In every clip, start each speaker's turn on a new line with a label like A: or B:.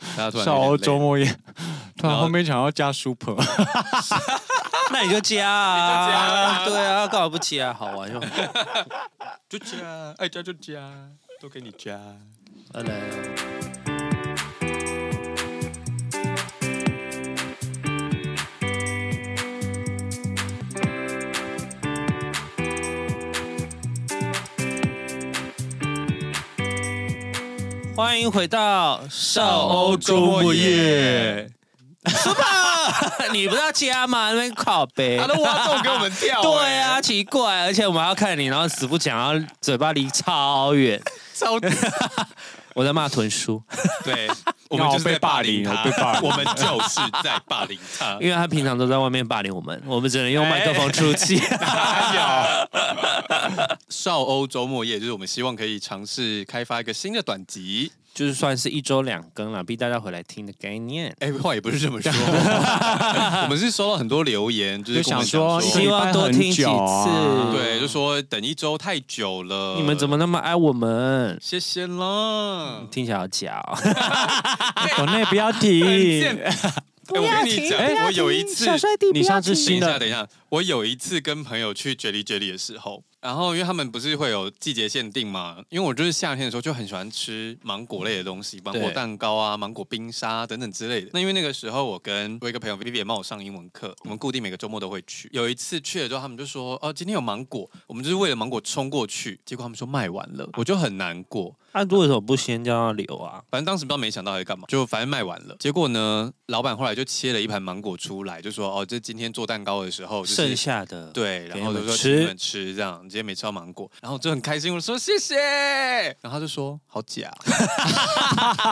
A: 大家啊突然
B: 少
A: 有
B: 欧
A: 点累
B: 周末夜，突
A: 然
B: 然
A: 后
B: 后面想要 加 super，
C: 那你就加啊，对啊，干嘛不加？好玩就好。
A: 就加，爱哎加就加，都给你加。
C: 拜拜。欢迎回到少欧周末夜。， 你不是要加吗？啊那边靠背。
A: 他都挖洞给我们 跳、欸
C: 对啊，，奇怪，而且我们还要看你，然后死不讲，然后嘴巴离超远。
A: 超
C: 我在骂豚 叔，
A: 对，我们就是在霸凌
B: 我
A: 他，
B: 被霸
A: 我们就是在霸凌 他。
C: 因为他平常都在外面霸凌我们，我们只能用麦克风出气。
A: 哪有？ 少欧周末夜就是我们希望可以尝试开发一个新的短集。
C: 就是算是一周两更了，逼大家回来听的概念。
A: 哎、话也不是这么说，我们是收到很多留言，就是跟我们
B: 就想说
A: 讲
B: 一个礼
C: 希
B: 拜
C: 望多听几次。
B: 很久啊
A: 对，就说等一周太久了，
C: 你们怎么那么爱我们？
A: 谢谢啦？
C: 听起来好假哦。
B: 抖内不要
A: 很
B: 提
A: 贱。哎我跟你讲，我有一次，
B: 你上次
A: 等一
B: 新
A: 下，
B: 的
A: 等一下，我有一次跟朋友去 Jelly Jelly 的时候，然后因为他们不是会有季节限定嘛，因为我就是夏天的时候就很喜欢吃芒果类的东西，芒果蛋糕啊、芒果冰沙、等等之类的。那因为那个时候我跟我一个朋友 Vivian 帮我上英文课，我们固定每个周末都会去。有一次去了之后，他们就说：“哦，今天有芒果。”我们就是为了芒果冲过去，结果他们说卖完了，我就很难过。
C: 那、啊、为什么不先叫他留啊？
A: 反正当时不知道没想到还是干嘛，就反正卖完了。结果呢，老板后来就切了一盘芒果出来，就说：“哦，这今天做蛋糕的时候、就是、
C: 剩下的，
A: 对，
C: 给
A: 然后
C: 你
A: 就
C: 们
A: 说
C: 吃
A: 请你们吃这样，今天没吃到芒果，然后我就很开心，我说谢谢，然后他就说好假，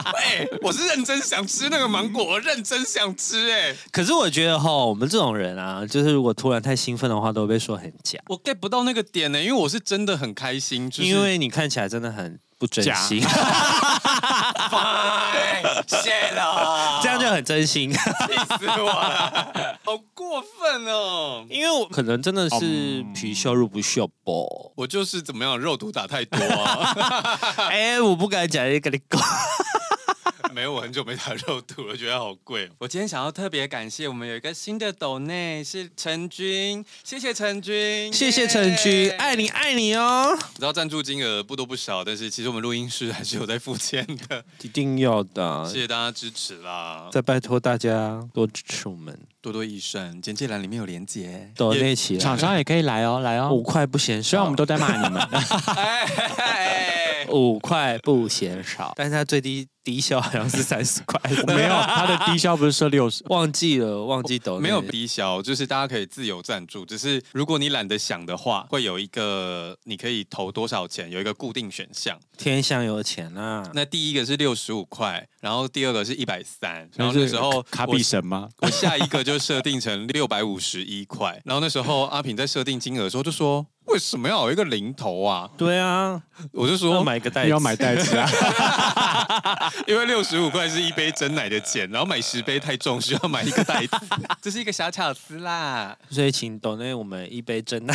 A: 哎、我是认真想吃那个芒果，我认真想吃、哎，
C: 可是我觉得哈，我们这种人啊，就是如果突然太兴奋的话，都会被说很假，
A: 我 get 不到那个点呢、因为我是真的很开心，就是
C: 因为你看起来真的很不真
B: 假
C: 心，
A: 哎谢了，
C: 这样就很真心。
A: 气死我了， 好过分哦。
C: 因为我 嗯可能真的是皮笑肉不笑吧。
A: 我就是怎么样，肉毒打太多啊！
C: 哎、我不敢讲，跟你讲。
A: 没有，我很久没打肉毒了，觉得好贵、哦。我今天想要特别感谢我们有一个新的斗内是陈军，谢谢陈军，
C: 谢谢陈哎
A: 耶
C: 菊，爱你爱你哦，
A: 你知道赞助金额不多不少，但是其实我们录音室还是有在付钱 的，
C: 一定要的啊
A: 谢谢大家支持啦，
C: 再拜托大家多支持我们，
A: 多多益善。简介栏里面有连结，
C: 抖那起来
B: 厂商也可以来哦，来哦
C: 五。块不嫌少，
B: 虽然我们都在骂你们，
A: 哎 哎
C: 五块不嫌少，但是它最低低消好像是三 十块，
B: 没有 他的低消不是设六十，
C: 忘记了忘记抖内
A: 没有低消，就是大家可以自由赞助，只是如果你懒得想的话，会有一个你可以投多少钱，有一个固定选项。
C: 天上有钱啦、啊，
A: 那第一个是六十五块，然后第二个是一百三，然后那时候
B: 卡
A: 我
B: 比神吗？
A: 我下一个就设定成六百五十一块，然后那时候阿平在设定金额的时候就说：“为什么要有一个零头啊
C: 对啊，？”
A: 我就
C: 要
A: 说
C: 买一个袋
B: 你
C: 子，
B: 要买 袋子啊？：“
A: 因为六十五块是一杯真奶的钱，然后买十杯太重，需要买一个袋子。” 这是一个小巧思啦。
C: 所以请抖内我们一杯真奶，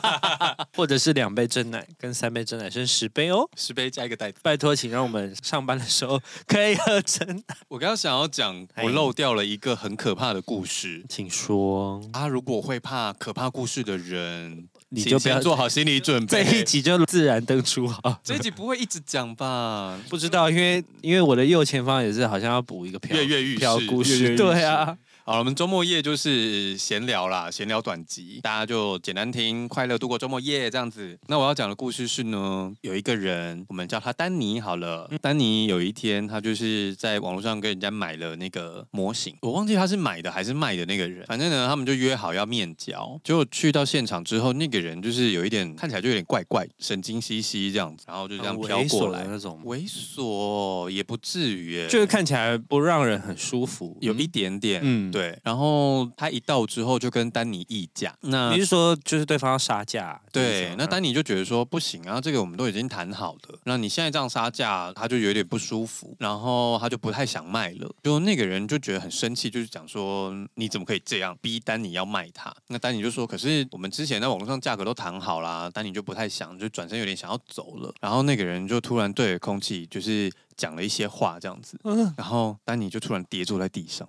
C: 或者是两杯真奶跟三杯真奶，甚至十杯哦。
A: 十杯加一个袋子，
C: 拜托，请让我们上班的时候可以喝真奶。
A: 我刚刚想要讲，
C: 哎
A: 我漏掉了一个很可怕的故事
C: 请说，
A: 啊！如果会怕可怕故事的人，
C: 你
A: 请
C: 就不
A: 先
C: 要
A: 做好心理准
C: 这
A: 备。
C: 一集就自然登出啊。
A: 这一集不会一直讲吧？
C: 不知道，因为因为我的右前方也是好像要补一个飘
A: 跃跃欲试
C: 飘
B: 跃跃
C: 故
B: 欲
C: 事，
B: 试
C: 对啊，
A: 好，我们周末夜就是闲聊啦，闲聊短集，大家就简单听，快乐度过周末夜这样子。那我要讲的故事是呢，有一个人，我们叫他丹尼好了。丹尼有一天，他就是在网络上跟人家买了那个模型，我忘记他是买的还是卖的那个人。反正呢，他们就约好要面交，结果去到现场之后，那个人就是有一点看起来就有点怪怪，神经兮兮这样子，然后就这样
C: 很
A: 飘
C: 猥
A: 过
C: 琐
A: 来
C: 的，那种，
A: 猥琐也不至于耶，
C: 就是看起来不让人很舒服。
A: 有一点点，嗯，
B: 嗯
A: 对。然后他一到之后就跟丹尼议价，那
C: 嗯你是说就是对方要杀价？
A: 对，那
C: 当
A: 丹尼就觉得说不行啊，这个我们都已经谈好了，那你现在这样杀价，他就有点不舒服，然后他就不太想卖了。就那个人就觉得很生气，就是讲说你怎么可以这样逼丹尼要卖他？那丹尼就说，可是我们之前在网络上价格都谈好啦，丹尼就不太想，就转身有点想要走了。然后那个人就突然对着空气就是。讲了一些话这样子，
C: 嗯
A: 然后丹尼就突然跌坐在地上，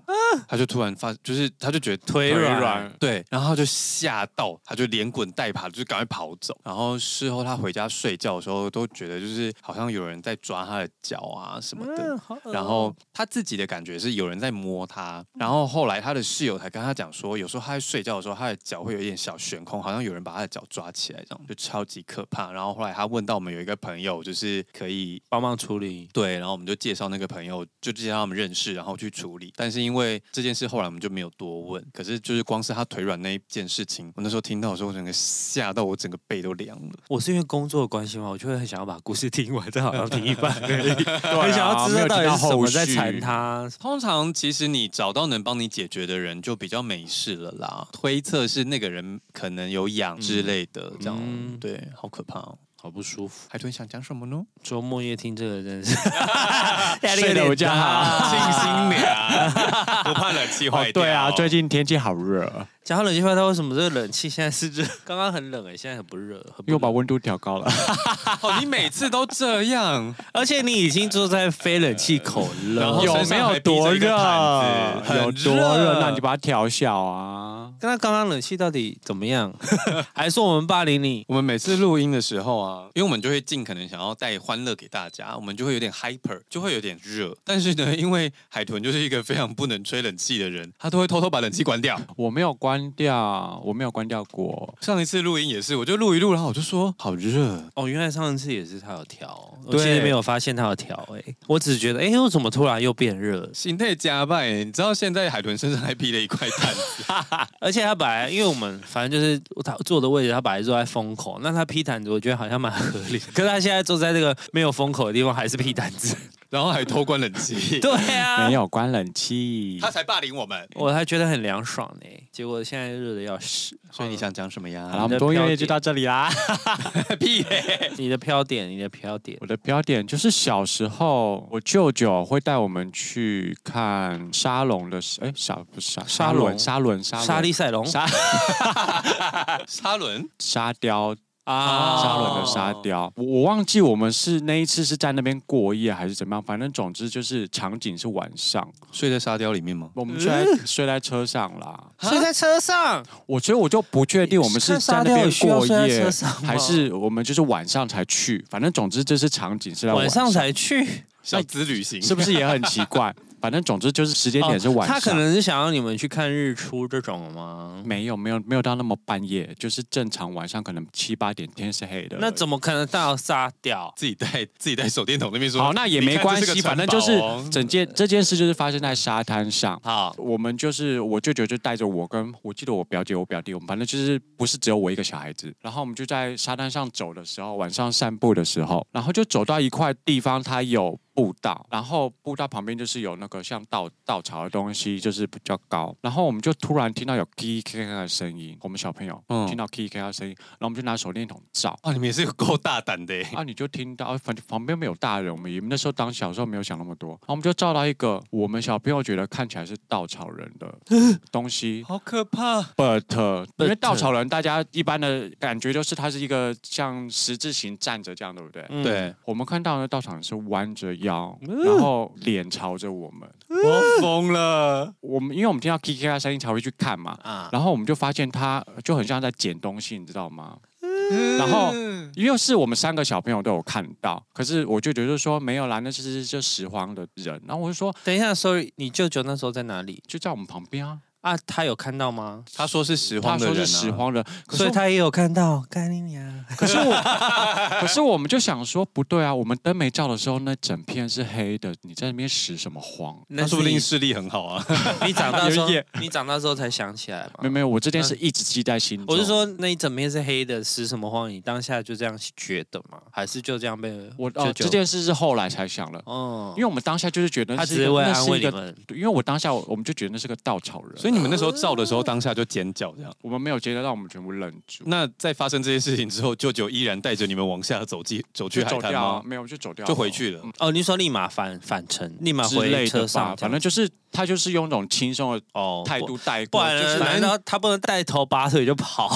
A: 他就突然发，就是他就觉得
C: 腿软
A: 对，然后他就吓到，他就连滚带爬，就赶快跑走。然后事后他回家睡觉的时候，都觉得就是好像有人在抓他的脚啊什么的。
C: 嗯好恶哦嗯
A: 然后他自己的感觉是有人在摸他，然后后来他的室友才跟他讲说，有时候他在睡觉的时候，他的脚会有一点小悬空，好像有人把他的脚抓起来，这样就超级可怕。然后后来他问到我们有一个朋友，就是可以
C: 帮忙处理，
A: 对，然后我们就介绍那个朋友，就介绍他们认识，然后去处理。但是因为这件事后来我们就没有多问，可是就是光是他腿软那一件事情，我那时候听到的时候，我整个吓到我整个背都凉了。
C: 我是因为工作的关系嘛，我就会很想要把故事听完，但好像听一半而 已，
B: 对啊
C: 很想要知
B: 没
C: 道
B: 有听
C: 到底
B: 到
C: 是什
B: 后
C: 么
B: 续
C: 在缠他。
A: 通常其实你找到能帮你解决的人，就比较没事了啦。推测是那个人可能有痒之类的，这样、
C: 嗯
A: 对，好可怕哦。
C: 好不舒服，
A: 海豚想讲什么 呢？
C: 周末夜听这个真的是压力有
B: 睡得
C: 点
B: 比较
C: 大
B: 好。
A: 庆新娘，啊不怕冷气
B: 哦
A: 坏，掉。
B: 对啊，最近天气好热，
C: 讲到冷气坏掉，为什么这个冷气现在是热？刚刚很冷哎、现在很不热，很不
B: 因为我把
C: 冷
B: 温度调高了。
A: 哦，你每次都这样。
C: 而且你已经坐在非冷气口
A: 然
C: 了
A: 后，
B: 有
A: 身
B: 没
A: 上还披着
B: 有多
A: 一个
B: 热？
A: 毯子
B: 有
A: 很
B: 多
A: 热
B: 热？那你就把它调小啊。
C: 那刚刚冷气到底怎么 样？还说我们霸凌你？
A: 我们每次录音的时候啊，因为我们就会尽可能想要带欢乐给大家，我们就会有点 hyper，就会有点热。但是呢， 因为海豚就是一个非常不能吹冷气的人，他都会偷偷把冷气关掉。
B: 我没有关掉，我没有关掉过。
A: 上一次录音也是，我就录一录，然后我就说好热，
C: 哦，原来上一次也是他有调哦，我
A: 对
C: 其实没有发现他有调哎、我只是觉得哎、我怎么突然又变热了？
A: 心态加倍。你知道现在海豚身上还披了一块毯子，
C: 而且他本来因为我们反正就是他坐的位置，他本来坐在风口，那他披毯子，我觉得好像蛮合理的。 可是他现在坐在这个没有风口的地方，还是披 毯子。
A: 然后还偷关冷气，
C: 对啊，
B: 没有关冷气
A: 他。才霸凌我们。
C: 我还觉得很凉爽呢、结果现在热的要 死。
A: 所以你想讲什么呀？
B: 好了，我们多音乐就到这里啦。
A: 屁、
C: 你的飘点，你的飘点，
B: 我的标点就是小时候，我舅舅会带我们去看沙龙的，哎，沙不是沙
C: 沙
B: 沙
C: 龙
B: 轮沙轮沙轮
C: 沙粒赛龙
B: 沙
A: 沙伦
B: 沙雕
A: 啊
B: 沙轮的沙雕，我我忘记我们是那一次是在那边过夜还是怎么样，反正总之就是场景是晚上，
A: 睡在沙雕里面吗？
B: 我们睡在、睡在车上啦。
C: 睡在车上，
B: 我所以我就不确定我们是在那边过
C: 沙雕有需要睡在
B: 夜
C: 车上吗，
B: 还是我们就是晚上才去。反正总之这是场景是在
C: 晚
B: 上
C: 上，才去。
A: 小资旅行
B: 是不是也很奇怪？反正总之就是时间点是晚上。
C: 哦他可能是想要你们去看日出这种吗？
B: 没有没有没有到那么半夜，就是正常晚上可能七八点天是黑的。
C: 那怎么可能到沙雕？
A: 自己带自己带手电筒那边说，
B: 好，那也
A: 你
B: 没
A: 看
B: 关
A: 这是
B: 系，
A: 个
B: 反正
A: 城堡
B: 就是
A: 哦
B: 整件这件事就是发生在沙滩上。
C: 好，
B: 我们就是我舅舅就带着我跟我记得我表姐我表弟，我们反正就是不是只有我一个小孩子。然后我们就在沙滩上走的时候，晚上散步的时候，然后就走到一块地方，它有步道，然后步道旁边就是有那个像稻稻草的东西，就是比较高。然后我们就突然听到有 k k k 的声音，我们小朋友
A: 嗯
B: 听到 k k k 的声音，然后我们就拿手电筒照。
A: 哦哇，你们也是够大胆的耶。欸
B: 啊，你就听到，反正旁边没有大人，我们也那时候当小时候没有想那么多，然后我们就照到一个我们小朋友觉得看起来是稻草人 的东 西
A: 好可怕！
B: ，but 因为
C: But- uh
B: 稻草人大家一般的感觉就是它是一个像十字形站着这样，对不对？
C: 嗯，
A: 对，
B: 我们看到的稻草人是弯着腰，然后脸朝着我们。
A: 我疯了。
B: 我们因为我们听到 K K 的声音才会去看嘛，
C: 啊，
B: 然后我们就发现他就很像在捡东西，你知道吗？然后
C: 嗯
B: 因为是我们三个小朋友都有看到，可是我舅舅就说没有啦，那是就拾荒的人。然后我就说
C: 等一下，sorry，你舅舅那时候在哪里
B: 就在我们旁边啊，
C: 啊？他有看到吗？
A: 他说是拾
B: 他
A: 荒的
B: 说
A: 人、啊，
B: 是拾荒人，可
C: 所
B: 是
C: 以他也有看到，干你娘！
B: 可是我可是我们 就想说不对啊，我们灯没照的时候那整片是黑的，你在那边拾什么荒？
A: 他说不定视力很好啊。
C: 你长大之 后
B: 有一夜，
C: 你长大之后才想起来
B: 没
C: 嘛。
B: 有没有，我这件事一直记在心中。
C: 我是说，那一整片是黑的，使什么慌？你当下就这样觉得吗？还是就这样被
B: 我哦
C: 舅
B: 这
C: 舅
B: 件事是后来才想了，
C: 哦
B: 因为我们当下就是觉得
C: 他
B: 那
C: 只
B: 是一
C: 是
B: 个
C: 为了
B: 那
C: 安
B: 是
C: 慰
B: 一个，
C: 你们，
B: 对因为我当下我们就觉得那是个稻草人，
A: 所以你们那时候照的时候，当下就尖叫这样。
B: 我们没有觉得让我们全部愣住。
A: 那在发生这些事情之后，舅舅依然带着你们往下走进走去
B: 就
A: 海
B: 走
A: 滩
B: 掉啊，
A: 吗？
B: 没有就走掉啊，
A: 就回去了。
C: 哦，你说立马返返程，立马
B: 之
C: 回
B: 类
C: 车
B: 的吧。，
C: 上这样
B: 反正就是他就是用一种轻松的
C: 哦
B: 态，度带
C: 不不
B: 过，
C: 然
B: 就是
C: 呢难道他不能带头拔腿就跑？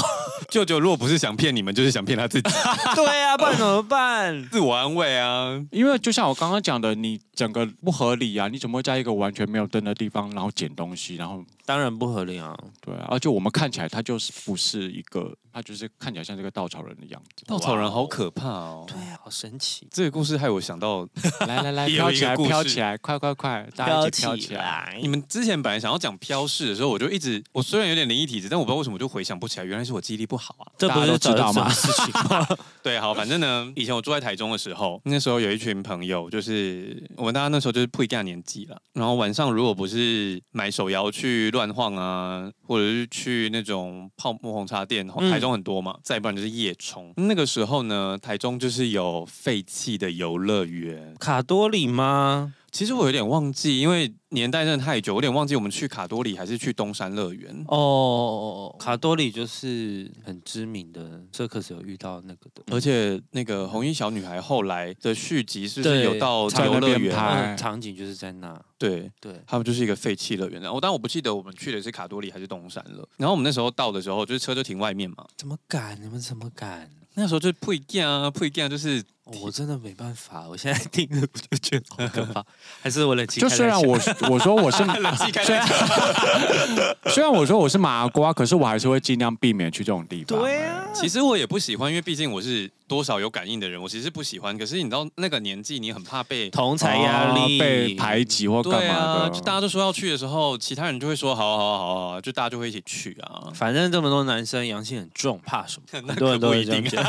A: 舅舅如果不是想骗你们，就是想骗他自 己，
C: 对啊，不然怎么办？
A: 自我安慰啊。
B: 因为就像我刚刚讲的，你整个不合理啊！你怎么会在一个完全没有灯的地方，然后捡东西，然后
C: 当然不合理啊！
B: 对啊，而且我们看起来他就是不是一个，他就是看起来像这个稻草人的样 子。
A: 稻草人好可怕哦！
C: 对啊，好神奇，
A: 这个故事害我想到，
B: 来来 来，
A: 也有
B: 飘
A: 一
B: 起
A: 个
B: 来，
A: 故事
B: 飘起来，快快快，大家一起飘起来！
C: 来
A: 你们之前本来想要讲飘逝的时候，我就一直，我虽然有点灵异体质，但我不知道为什么我就回想不起来，原来是我记忆力不好啊。
C: 这不是
B: 大家都知道吗
C: 早就知道的事情吗？
A: 对，好，反正 呢，以前我住在台中的时候，那时候有一群朋友，就是我们大家那时候就是不一干年纪了。然后晚上如果不是买手摇去乱晃啊，或者是去那种泡沫红茶店，
C: 嗯
A: 台中很多嘛，再不然就是夜冲。那个时候呢，台中就是有废弃的游乐园。
C: 卡多里吗？
A: 其实我有点忘记，因为年代真的太久，我有点忘记我们去卡多里还是去东山乐
B: 嗯
A: 园。
C: 哦，卡多里就是很知名的，这可是有遇到那个的，
A: 而且那个红衣小女孩后来的续集是不是
C: 对
A: 有到
B: 在
A: 游
B: 那
A: 乐
B: 边
A: 园？
B: 拍
C: 那个场景就是在那。
A: 对，
C: 对，
A: 他们就是一个废弃乐园。然后，但我不记得我们去的是卡多里还是东山了。然后我们那时候到的时候，就是车就停外面嘛。
C: 怎么敢？你们怎么敢？
A: 那时候就是不一样啊，不一样，就是
C: 哦我真的没办法，我现在听着我就觉得好可怕。还是我冷静。
B: 就虽然 我我说我是
A: 自己开
B: 虽
A: 车。
B: 然虽然我说我是麻瓜，可是我还是会尽量避免去这种地方。
C: 对啊，
A: 其实我也不喜欢，因为毕竟我是多少有感应的人，我其实不喜欢。可是你知道那个年纪，你很怕被
C: 同才压
B: 啊
C: 力、
B: 被排挤或干
A: 对啊，
B: 嘛
A: 就
B: 的。
A: 大家都说要去的时候，其他人就会说好好好好好，就大家就会一起去啊。
C: 反正这么多男生阳性很重，怕什么？很多
A: 可
C: 人都
A: 不
C: 会
A: 一
C: 这样
A: 定
C: 觉得。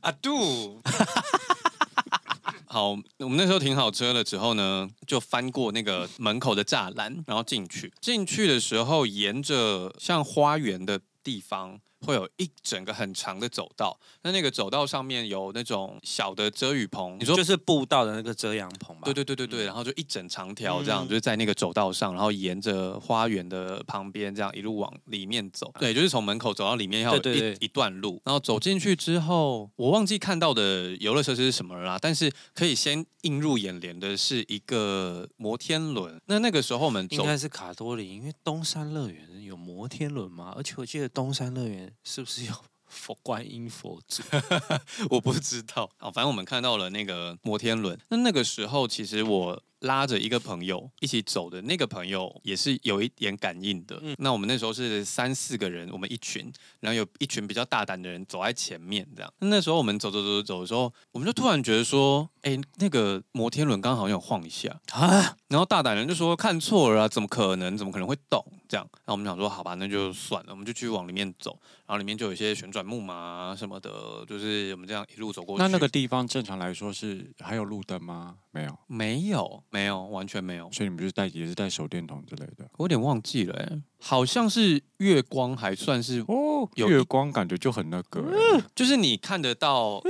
A: 啊，杜。 好，我们那时候停好车了之后呢，就翻过那个门口的栅栏，然后进去。进去的时候，沿着像花园的地方，会有一整个很长的走道。那那个走道上面有那种小的遮雨棚，你说
C: 就是步道的那个遮阳棚吧？
A: 对对对对对，然后就一整长条这样，
C: 嗯
A: 就是在那个走道上，然后沿着花园的旁边这样一路往里面走。对，就是从门口走到里面要有一
C: 嗯对对对
A: 一段路，然后走进去之后，我忘记看到的游乐设施是什么了啦，但是可以先映入眼帘的是一个摩天轮。那那个时候我们
C: 应
A: 走。
C: 该是卡多里，因为东山乐园有摩天轮嘛，而且我记得东山乐园是不是有 佛观音佛祖？
A: 我不知道啊，反正我们看到了那个摩天轮。那那个时候，其实我拉着一个朋友一起走的，那个朋友也是有一点感应的。
C: 嗯
A: 那我们那时候是三四个人，我们一群，然后有一群比较大胆的人走在前面，这样。那时候我们走走走走走的时候，我们就突然觉得说，哎、那个摩天轮刚好像有晃一下，
C: 啊，
A: 然后大胆人就说看错了啊、怎么可能？怎么可能会动？这样，然后我们想说好吧，那就算了，我们就继续往里面走。然后里面就有一些旋转木马啊什么的，就是我们这样一路走过去。
B: 那那个地方正常来说是还有路灯吗？没有，
A: 没有，没有，完全没有。
B: 所以你们就是带也是带手电筒之类的。
A: 我有点忘记了、欸，好像是月光还算是，
B: 哦，
A: 有
B: 月光感觉就很那个、欸
A: 就是你看得到
B: 我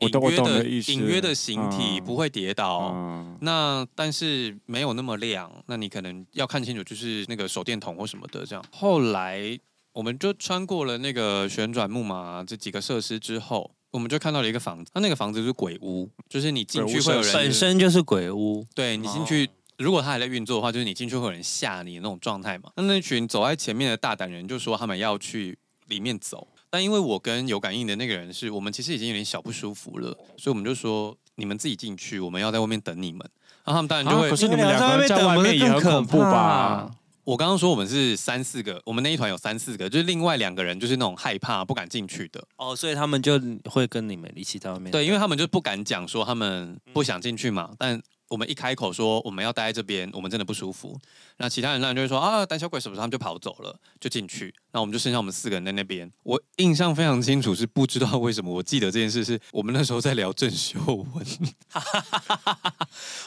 A: 隐
B: 嗯懂我
A: 约
B: 懂
A: 的
B: 你的意思
A: 隐约的形体，
B: 嗯
A: 不会跌倒。
B: 嗯，
A: 那但是没有那么亮，那你可能要看清楚，就是那个手电筒或什么的这样。后来我们就穿过了那个旋转木马这几个设施之后，我们就看到了一个房子，那那个房子就是鬼屋，就是你进去会有
B: 鬼屋设施
A: 人
C: 本身就是鬼屋，
A: 对你进
B: 哦
A: 去。如果他还在运作的话，就是你进去会有人吓你的那种状态嘛。那那群走在前面的大胆人就说他们要去里面走，但因为我跟有感应的那个人是我们其实已经有点小不舒服了，所以我们就说你们自己进去，我们要在外面等你们。然后他们当然就
B: 啊
A: 会，
B: 可是你们两个人在外面也很恐怖吧？
A: 我刚刚说我们是三四个，我们那一团有三四个，就是另外两个人就是那种害怕不敢进去的，
C: 哦，所以他们就会跟你们一起在外面。
A: 对，因为他们就不敢讲说他们不想进去嘛，但。我们一开口说我们要待在这边，我们真的不舒服。那其他人当然就会说啊，胆小鬼什么时候他们就跑走了，就进去。那我们就剩下我们四个人在那边。我印象非常清楚，是不知道为什么，我记得这件事是我们那时候在聊郑秀文，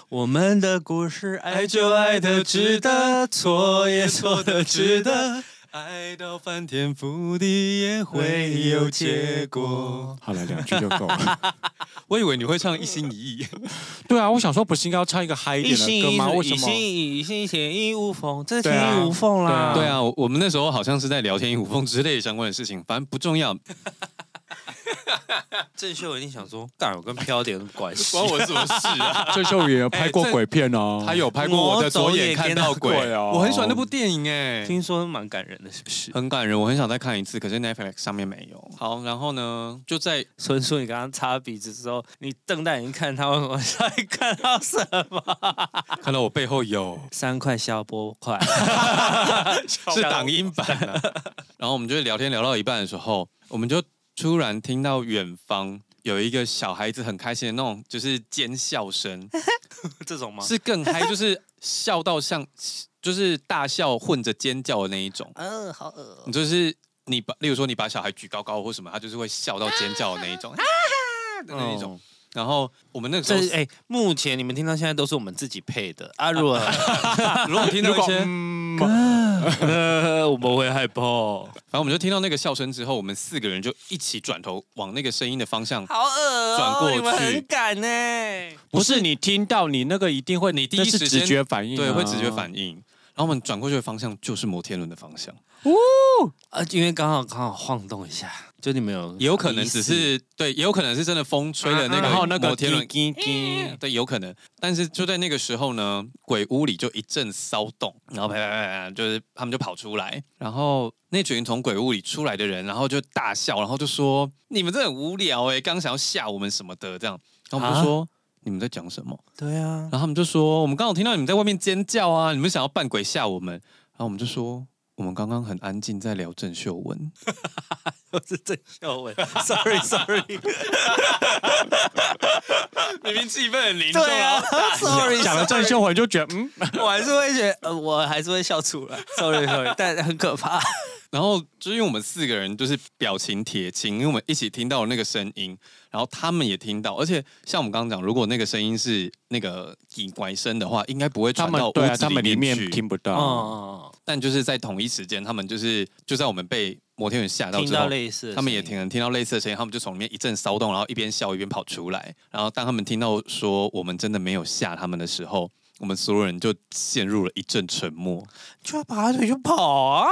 C: 我们的故事，爱就爱的值得，错也错的值得，
A: 爱到翻天覆地也
C: 会有结果。
B: 好了，两句就够了。
A: 我以为你会唱一心一意，
B: 对啊，我想说，不是应该要唱一个嗨一
C: 一
B: 点
C: 心
B: 的
C: 一
B: 歌吗？为
C: 意，
B: 什
C: 一
B: 么？
C: 心一意，一心一意，天衣无缝，这
B: 对 啊
C: 天衣无缝啦。
A: 对啊，我我们那时候好像是在聊天衣无缝之类相关的事情，反正不重要。
C: 郑秀文一定想说，干我跟飘点有什么 关系
A: 关？我什么事啊？
B: 郑秀文也拍过
A: 哎这
B: 鬼片哦，
A: 他有拍过《我的左眼看到鬼
B: 我走也看》到鬼哦
A: 我很喜欢那部电影哎、
C: 听说蛮感人的，是不是？
A: 很感人，我很想再看一次，可是 Netflix 上面没有。好，然后呢，就在
C: 所以说你刚刚擦鼻子之后，你瞪大眼看他，我到底看到什么？
A: 看到我背后有
C: 三块消波块，
A: 是挡音版的、然后我们就聊天聊到一半的时候，我们就突然听到远方有一个小孩子很开心的那种，就是尖笑声，
C: 这种吗？
A: 是更嗨，就是笑到像就是大笑混着尖叫的那一种。
C: 呃，好恶
A: 你就是你把，例如说你把小孩举高高或什么，他就是会笑到尖叫的那一种，啊的那一种。然后我们那个时
C: 这
A: 候
C: 是，哎、目前你们听到现在都是我们自己配的啊！如果
A: 如果听到 一些，反
B: 嗯
C: 呃， 我们会害怕，好
A: 正我们就听到那个笑声之后，我们四个人就一起转头往那个声音的方向。
C: 恶哦
A: 转过去你们很
C: 敢呢、
B: 啊不是你听到你那个一定会，
A: 你第一
B: 那是
A: 时间
B: 直觉反应啊，
A: 对，会直觉反应。然后我们转过去的方向就是摩天轮的方向，
C: 啊，因为刚好刚好晃动一下，就你们有
A: 也有可能只是对，也有可能是真的风吹的那个，
B: 然后那个
A: 摩天轮，嗯
B: 滴滴滴
A: 对，有可能。但是就在那个时候呢，鬼屋里就一阵骚动，然后啪啪啪啪，就是他们就跑出来，然后那群从鬼屋里出来的人，然后就大笑，然后就说：“你们这很无聊哎、刚想要吓我们什么的这样。”然后我们就说。你们在讲什么？
C: 对啊
A: 然，后他们就说：“我们刚好听到你们在外面尖叫啊，你们想要扮鬼吓我们。”然后我们就说：“我们刚刚很安静，在聊郑秀文。”
C: 我 是郑秀文，sorry sorry，
A: 明明气氛很凝重，
C: 对啊 ，sorry，
B: 讲了郑秀文就觉得嗯，
C: sorry，我还是会觉得，呃，我还是会笑出来，sorry sorry，但很可怕，
A: 然后就是因为我们四个人就是表情铁青，因为我们一起听到那个声音，然后他们也听到，而且像我们刚刚讲，如果那个声音是那个奇怪声的话，应该不会
B: 他
A: 传
B: 们
A: 到屋
B: 对啊，
A: 子
B: 他们里
A: 里面
B: 面
A: 去。
B: 听不
C: 嗯
B: 到，
C: 嗯，
A: 但就是在同一时间，他们就是就在我们被摩天轮吓到
C: 嗯听
A: 之
C: 到
A: 后。
C: 类似的声音，
A: 他们也听能听到类似的声音，他们就从里面一阵骚动，然后一边笑一边跑出来。然后当他们听到说我们真的没有吓他们的时候，我们所有人就陷入了一阵沉默。
C: 就要拔腿就跑啊，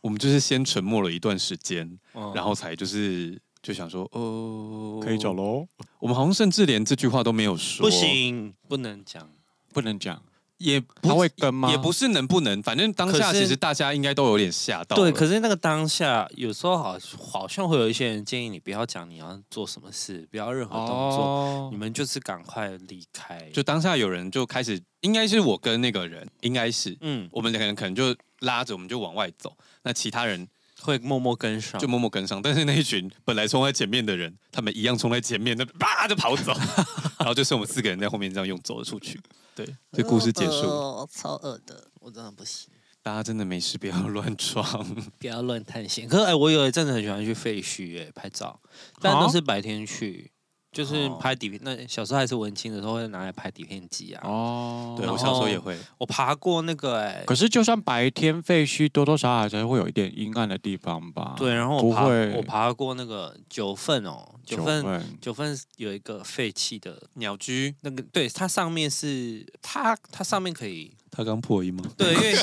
A: 我们就是先沉默了一段时间，然
C: 嗯后
A: 后才就是就想说，哦，
B: 可以走。喽，
A: 我们好像甚至连这句话都没有说，
C: 不，行，不能讲，
B: 不能讲，
A: 也不
B: 他会跟吗？
A: 也不是能不能，反正当下
C: 可是
A: 其实大家应该都有点吓到了。
C: 对，可是那个当下，有时候好好像会有一些人建议你不要讲你要做什么事，不要任何动作，
B: 哦
C: 你，们就是赶快离开。
A: 就当下有人就开始，应该是我跟那个人，应该是
C: 嗯，
A: 我们两个人可能就拉着我们就往外走，那其他人
C: 会默默跟上
A: 就。默默跟上，但是那一群本来冲在前面的人，他们一样冲在前面， 那啪就跑走，然后就是我们四个人在后面这样用走了出去。对，这故事结束。
D: 哦，超恶的，我真的不行。
A: 大家真的没事不要乱撞。
C: 不要乱探险。可是哎、我有一阵子很喜欢去废墟哎、拍照，但
A: 啊
C: 都是白天去，就是
B: 哦
C: 拍底片。那小时候还是文青的时候，会拿来拍底片机啊。
B: 哦，
A: 对
C: 然
A: 我
C: 后
A: 小时候也会，
C: 我爬过那个哎、
B: 可是就算白天废墟，多多少少还是会有一点阴暗的地方吧？
C: 对，然后
B: 不
C: 我爬
B: 会
C: 我爬过那个九份哦，
B: 九
C: 九份
B: 份
C: 九份有一个废弃的
A: 鸟居，
C: 那个，对，它上面是它它上面可以
A: 他刚破音吗？
C: 对，因为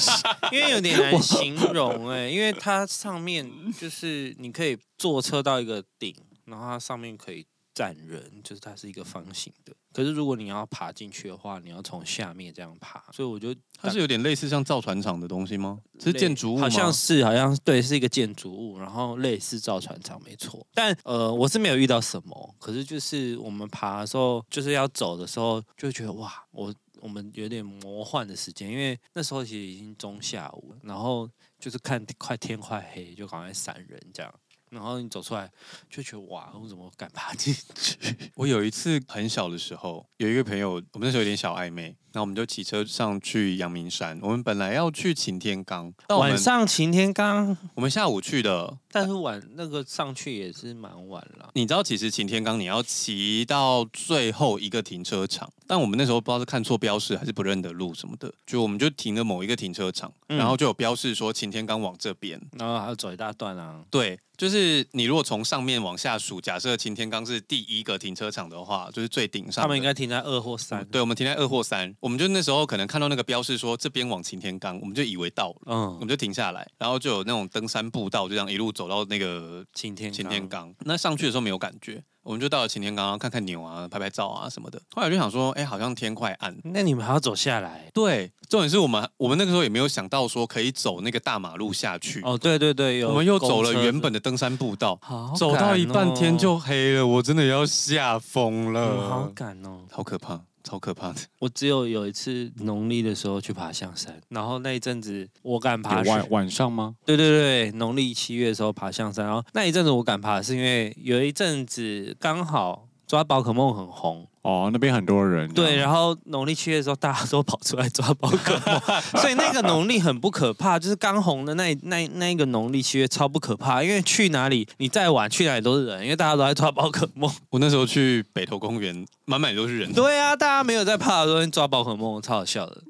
C: 因为有点难形容哎、因为它上面就是你可以坐车到一个顶，然后它上面可以站人，就是它是一个方形的。可是如果你要爬进去的话，你要从下面这样爬，所以我就
A: 它是有点类似像造船厂的东西吗？是建筑物吗？
C: 好像是好像对，是一个建筑物，然后类似造船厂没错。但呃，我是没有遇到什么，可是就是我们爬的时候，就是要走的时候，就会觉得哇，我我们有点魔幻的时间，因为那时候其实已经中下午了，然后就是看快天快黑，就赶快闪人这样。然后你走出来就觉得哇，我怎么敢爬进去？
A: 我有一次很小的时候，有一个朋友，我们那时候有点小暧昧，然后我们就骑车上去阳明山。我们本来要去擎天岗，但我
C: 晚
A: 们
C: 上擎天岗，
A: 我们下午去的。
C: 但是晚那个上去也是蛮晚了。
A: 你知道，其实擎天岗你要骑到最后一个停车场，但我们那时候不知道是看错标示还是不认得路什么的，就我们就停了某一个停车场，
C: 嗯
A: 然后就有标示说擎天岗往这边。
C: 然后还要走一大段啊，
A: 对，就是你如果从上面往下数，假设擎天岗是第一个停车场的话，就是最顶上的。嗯
C: 他们应该停在二或三。
A: 对，我们停在二或三，我们就那时候可能看到那个标示说这边往擎天岗，我们就以为到了，我
C: 嗯
A: 们，就停下来，然后就有那种登山步道，就这样一路走到那个
C: 晴天
A: 擎天岗。那上去的时候没有感觉，我们就到了擎天岗，然后看看牛啊，拍拍照啊什么的。后来就想说，哎，好像天快暗。
C: 那你们还要走下来？
A: 对，重点是我们我们那个时候也没有想到说可以走那个大马路下去，
C: 哦，对对对，有
A: 我们又走了原本的登山步道，
C: 好
A: 走到一半天就呃黑了，我真的要吓疯了，
C: 好赶哦。
A: 哦嗯好可怕，超可怕的。
C: 我只有有一次农历的时候去爬象山，然后那一阵子我敢爬
B: 有
C: 雪
B: 晚晚上吗？
C: 对对对，农历七月的时候爬象山，然后那一阵子我敢爬，是因为有一阵子刚好抓宝可梦很红，
B: 哦，那边很多人。
C: 对，然后农历七月的时候大家都跑出来抓宝可 梦，所以那个农历很不可怕，就是刚红的那那那一个农历七月超不可怕，因为去哪里你再晚去哪里都是人，因为大家都在抓宝可梦。
A: 我那时候去北投公园，满满都是 人。
C: 对啊，大家没有在怕的时候抓宝可梦，超好笑的。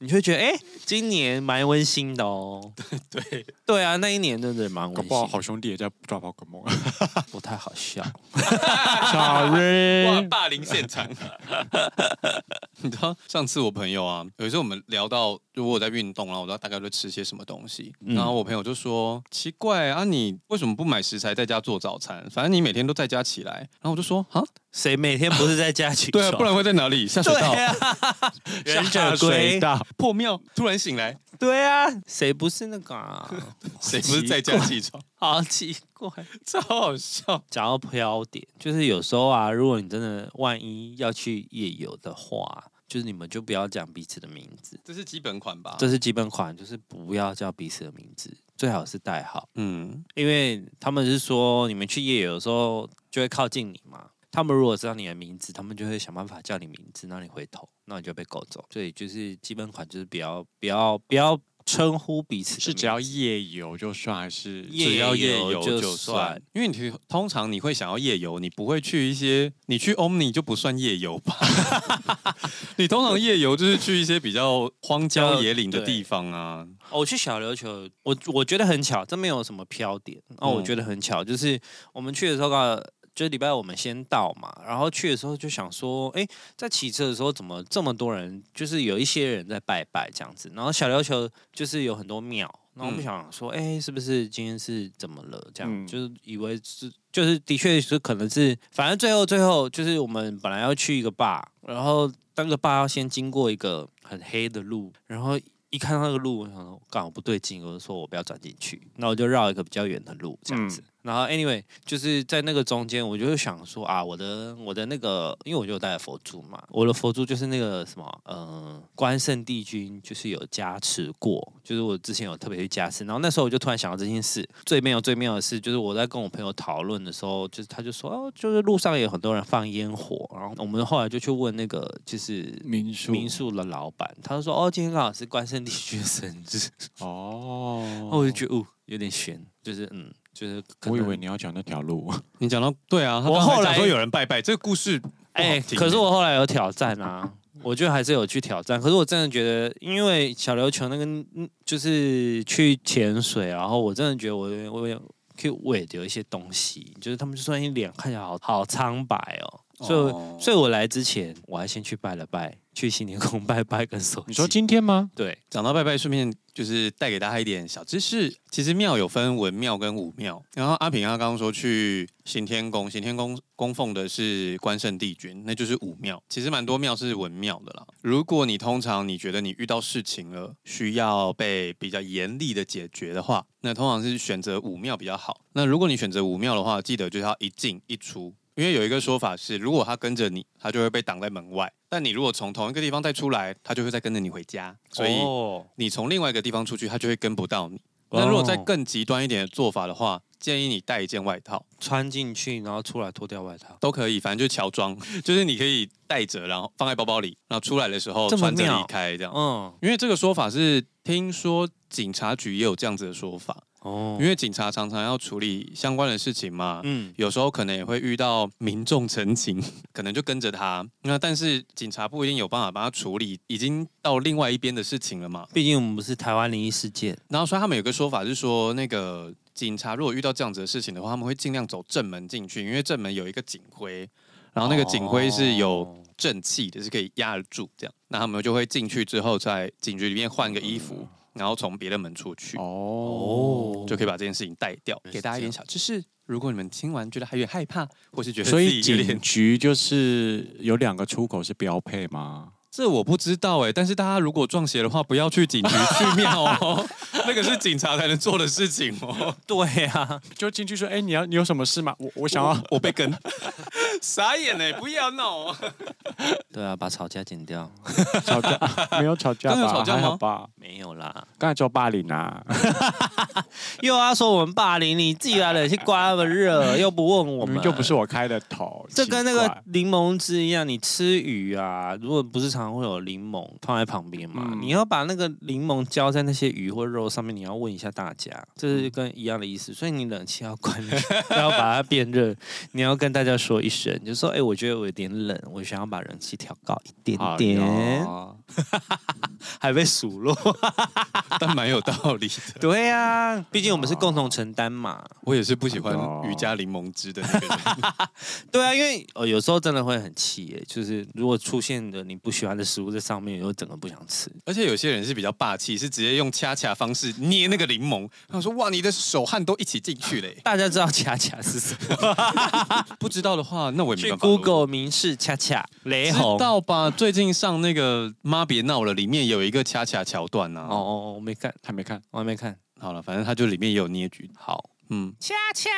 C: 你就会觉得哎、今年蛮温馨的哦。
A: 对，
C: 对啊，那一年真的蛮温
B: 搞
C: 馨
B: 不好好兄弟也在抓宝可 梦。
C: 不太好笑。
A: 哇，
B: Sorry，
A: 霸凌现场。 你知道上次我朋友啊，有一次我们聊到，就我有在运动，然后我知道大概都吃些什么东西，
C: 嗯
A: 然后我朋友就说：“奇怪啊，你为什么不买食材在家做早餐？反正你每天都在家起来。”然后我就说：“啊，
C: 谁每天不是在家起
A: 对
C: 床？
A: 啊，不然会在哪里？下水道、
C: 对啊， 忍者
B: 下水
C: 龟，
B: 道
A: 破庙， 突然醒来，
C: 对啊，谁不是那个啊？
A: 谁不是在家起床？
C: 好奇怪，
A: 超好笑。
C: 讲到飘点，就是有时候啊，如果你真的万一要去夜游的话，就是你们就不要讲彼此的名字，
A: 这是基本款吧？
C: 这是基本款，就是不要叫彼此的名字，最好是代号。
A: 嗯，
C: 因为他们是说你们去夜游的时候就会靠近你嘛。他们如果知道你的名字，他们就会想办法叫你名字，让你回头，那你就被勾走。所以就是基本款，就是不要不要不要称呼彼此的名字，
B: 是只要夜游就算，还是
C: 夜
A: 只要夜
C: 游
A: 游
C: 就
A: 就
C: 算
A: 算，因为你通常你会想要夜游，你不会去一些，你去 Omni 就不算夜游吧？ 你通常夜游就是去一些比较荒郊野岭的地方啊。
C: 哦我去小琉球，我我觉得很巧，这没有什么飘点。哦，
A: 嗯
C: 我觉得很巧，就是我们去的时候刚好，就是礼拜五我们先到嘛，然后去的时候就想说，哎，在骑车的时候怎么这么多人？就是有一些人在拜拜这样子，然后小琉球就是有很多庙。那我们
A: 嗯
C: 想说，哎、是不是今天是怎么了？这样、
B: 嗯
C: 就是以为是，就是的确是可能是，反正最后最后就是我们本来要去一个坝，然后那个坝要先经过一个很黑的路，然后一看到那个路，我想说，刚好不对劲，我就说我不要转进去，那我就绕一个比较远的路这样子。然后 anyway，就是在那个中间，我就想说啊，我的我的那个，因为我就有带了佛珠嘛，我的佛珠就是那个什么，呃，关圣帝君就是有加持过，就是我之前有特别去加持。然后那时候我就突然想到这件事，最妙最妙的事就是我在跟我朋友讨论的时候，就是他就说哦，就是路上也有很多人放烟火，然后我们后来就去问那个就是
B: 民宿
C: 民宿的老板，他就说：“哦，今天刚好是关圣帝君生日。
B: 哦
C: 然后我就觉得，哦，有点悬，就是嗯，就是可能
B: 我以为你要讲那条 路，
A: 你讲到对啊，他
C: 我
A: 刚才
C: 后来
A: 讲说有人拜拜，这个故事
C: 哎、
A: 不好听
C: 可是我后来有挑战啊，我就还是有去挑战。可是我真的觉得，因为小琉球那个嗯就是去潜水，然后我真的觉得我有点我有去伪有一些东西，就是他们就说你脸看起来好好苍白哦。所以，
A: 哦
C: 所以我来之前，我还先去拜了拜，去新天宫拜拜跟手机。
B: 你说今天吗？
C: 对，
A: 讲到拜拜，顺便就是带给大家一点小知识。其实庙有分文庙跟武庙，然后阿平他刚刚说去行天宫，行天宫供奉的是关圣帝君，那就是武庙。其实蛮多庙是文庙的啦。如果你通常你觉得你遇到事情了，需要被比较严厉的解决的话，那通常是选择武庙比较好。那如果你选择武庙的话，记得就是要一进一出，因为有一个说法是，如果他跟着你，他就会被挡在门外；但你如果从同一个地方再出来，他就会再跟着你回家。所以
C: 哦
A: 你从另外一个地方出去，他就会跟不到你。
C: 哦
A: 那如果再更极端一点的做法的话，建议你带一件外套
C: 穿进去，然后出来脱掉外套，
A: 都可以，反正就是乔装， 就是你可以带着，然后放在包包里，然后出来的时候
C: 这么
A: 穿着
C: 妙
A: 离开这样。
C: 嗯，
A: 因为这个说法是听说警察局也有这样子的说法，
C: 哦
A: 因，为警察常常要处理相关的事情嘛。
C: 嗯，
A: 有时候可能也会遇到民众陈情， 可能就跟着他。那但是警察不一定有办法帮他处理，已经到另外一边的事情了嘛。
C: 毕竟我们不是台湾灵异事件，
A: 然后所以他们有个说法是说，那个警察如果遇到这样子的事情的话，他们会尽量走正门进去，因为正门有一个警徽，然后那个警徽是有
C: 哦
A: 正气的，是可以压得住这样。那他们就会进去之后，在警局里面换个衣服，然后从别的门出去，
B: 哦，
A: 就可以把这件事情带掉。
C: 原来是
A: 给大家一点小知识，如果你们听完觉得还有点害怕，或是觉得
B: 所
A: 自
B: 以
A: 己有
B: 警
A: 点，
B: 局就是有两个出口是标配吗？
A: 这我不知道哎、但是大家如果撞邪的话，不要去警局去庙 哦，那个是警察才能做的事情哦。
C: 对啊，
B: 就进去说，哎、你要你有什么事吗？我我想要
A: 我我被跟， 傻眼呢、不要闹哦！
C: 对啊，把吵架剪掉，
B: 吵架，没有吵架
A: 刚有
B: 吧？
A: 吵架
B: 还好
A: 吗
B: 吧？
C: 没有啦，
B: 刚才叫霸凌啊，
C: 又要说我们霸凌，你自己来冷气刮那么热，又不问我
B: 我
A: 嗯
C: 们，
B: 们就不是。我开的头，
C: 这跟那
B: 奇
C: 个
B: 怪
C: 柠檬汁一样，你吃鱼啊，如果不是常常会有柠檬放在旁边嘛，
B: 嗯
C: 你要把那个柠檬浇在那些鱼或肉上面，你要问一下大家，这是跟一样的意思。所以你冷气要关， 不要把它变热，你要跟大家说一声，就说：“哎、我觉得我有点冷，我想要把冷气调高一点
B: 好
A: 哎
C: 点。
B: 哟
A: 哦
C: 还被数落，
A: 但蛮有道理的。
C: 对啊呀、毕竟我们是共同承担嘛。
A: 我也是不喜欢
B: 好的
A: 瑜伽柠檬汁的那个人。
C: 对啊，因为呃有时候真的会很气耶，就是如果出现的你不喜欢的食物在上面，又整个不想吃。
A: 而且有些人是比较霸气，是直接用掐掐方式捏那个柠檬。他说：“哇，你的手汗都一起进去嘞
C: 大家知道恰恰是什 么？！”
A: 不知道的话，那我也没
C: 去
A: 办法了。哎
C: Google 明示恰恰雷
A: 知
C: 红。
A: 道吧？最近上那个《妈别闹了》里面有一个掐掐桥段呐、
C: 哦
A: 哦，
C: 哦，我没看，
B: 还没看，
C: 我还没看。
A: 好了，反正他就里面也有捏局。
C: 好，
A: 嗯，
D: 恰恰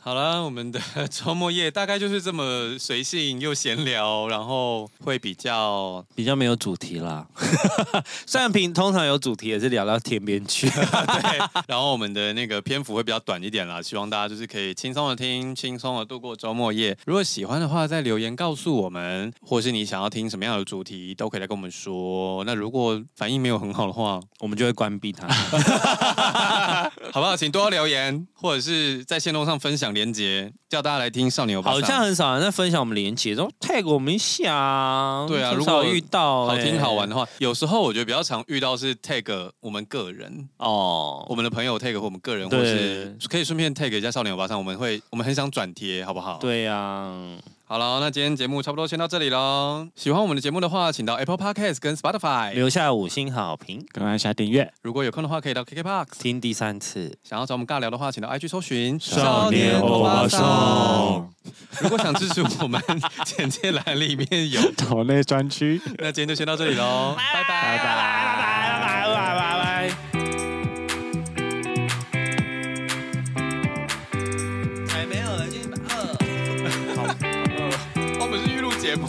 A: 好了，我们的周末夜大概就是这么随性又闲聊，然后会比较
C: 比较没有主题啦。 虽然平通常有主题，也是聊到天边去。
A: 对，然后我们的那个篇幅会比较短一点啦，希望大家就是可以轻松的听，轻松的度过周末夜。如果喜欢的话，在留言告诉我们，或是你想要听什么样的主题，都可以来跟我们说。那如果反应没有很好的话，
C: 我们就会关闭 它。
A: 好不好？请多留言，或者是在线动上分享连接，叫大家来听少年欧巴
C: 好
A: 桑。
C: 像很少人在分享我们连接，都 tag 我们一下啊。
A: 对啊
C: 很
A: 如
C: 少
A: 果
C: 遇到
A: 好听
C: 欸
A: 好玩的话，有时候我觉得比较常遇到是 tag 我们个人，
C: 哦。
A: 我们的朋友 tag 或我们个人，
C: 对
A: 或是可以顺便 tag 一下少年欧巴桑，我们会我们很想转贴，好不好？，
C: 对呀、啊，
A: 好了，那今天节目差不多先到这里喽。喜欢我们的节目的话，请到 Apple Podcast 跟
D: 哎
A: Spotify，
C: 留下五星好评，
B: 赶快下订阅。
A: 如果有空的话可以到 KKBox。
C: 听第三次。
A: 想要找我们尬聊的话，请到 IG 搜寻
C: 少年欧巴桑。
A: 如果想支持我们， 简介栏里面有。
B: 岛内专区。
A: 那今天就先到这里喽，拜拜。
C: 拜拜拜拜拜拜拜。
D: 哎还没有，已经二。
A: 我们是预录节目。